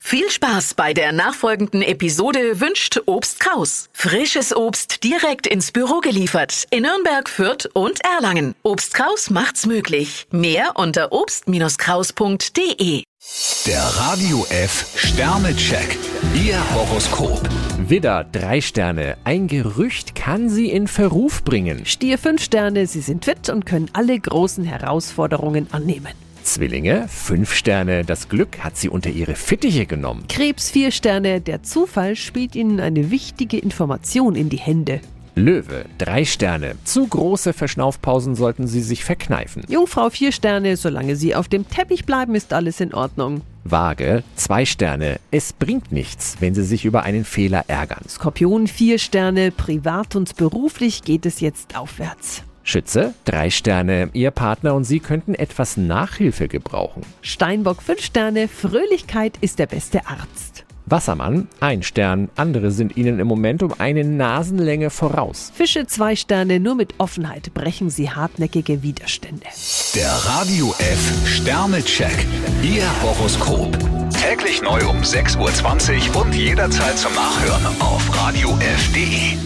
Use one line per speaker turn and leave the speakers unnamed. Viel Spaß bei der nachfolgenden Episode wünscht Obst Kraus. Frisches Obst direkt ins Büro geliefert in Nürnberg, Fürth und Erlangen. Obst Kraus macht's möglich. Mehr unter obst-kraus.de.
Der Radio F Sternecheck. Ihr Horoskop.
Widder, drei Sterne. Ein Gerücht kann sie in Verruf bringen.
Stier 5 Sterne, Sie sind fit und können alle großen Herausforderungen annehmen.
Zwillinge, fünf Sterne. Das Glück hat sie unter ihre Fittiche genommen.
Krebs 4 Sterne, der Zufall spielt Ihnen eine wichtige Information in die Hände.
Löwe, drei Sterne. Zu große Verschnaufpausen sollten sie sich verkneifen.
Jungfrau 4 Sterne, solange Sie auf dem Teppich bleiben, ist alles in Ordnung.
Waage, zwei Sterne. Es bringt nichts, wenn sie sich über einen Fehler ärgern.
Skorpion 4 Sterne, privat und beruflich geht es jetzt aufwärts.
Schütze, drei Sterne. Ihr Partner und sie könnten etwas Nachhilfe gebrauchen.
Steinbock 5 Sterne, Fröhlichkeit ist der beste Arzt.
Wassermann, ein Stern. Andere sind ihnen im Moment um eine Nasenlänge voraus.
Fische 2 Sterne, nur mit Offenheit brechen Sie hartnäckige Widerstände.
Der Radio F Sternecheck. Ihr Horoskop. Täglich neu um 6.20 Uhr und jederzeit zum Nachhören auf Radio radiof.de.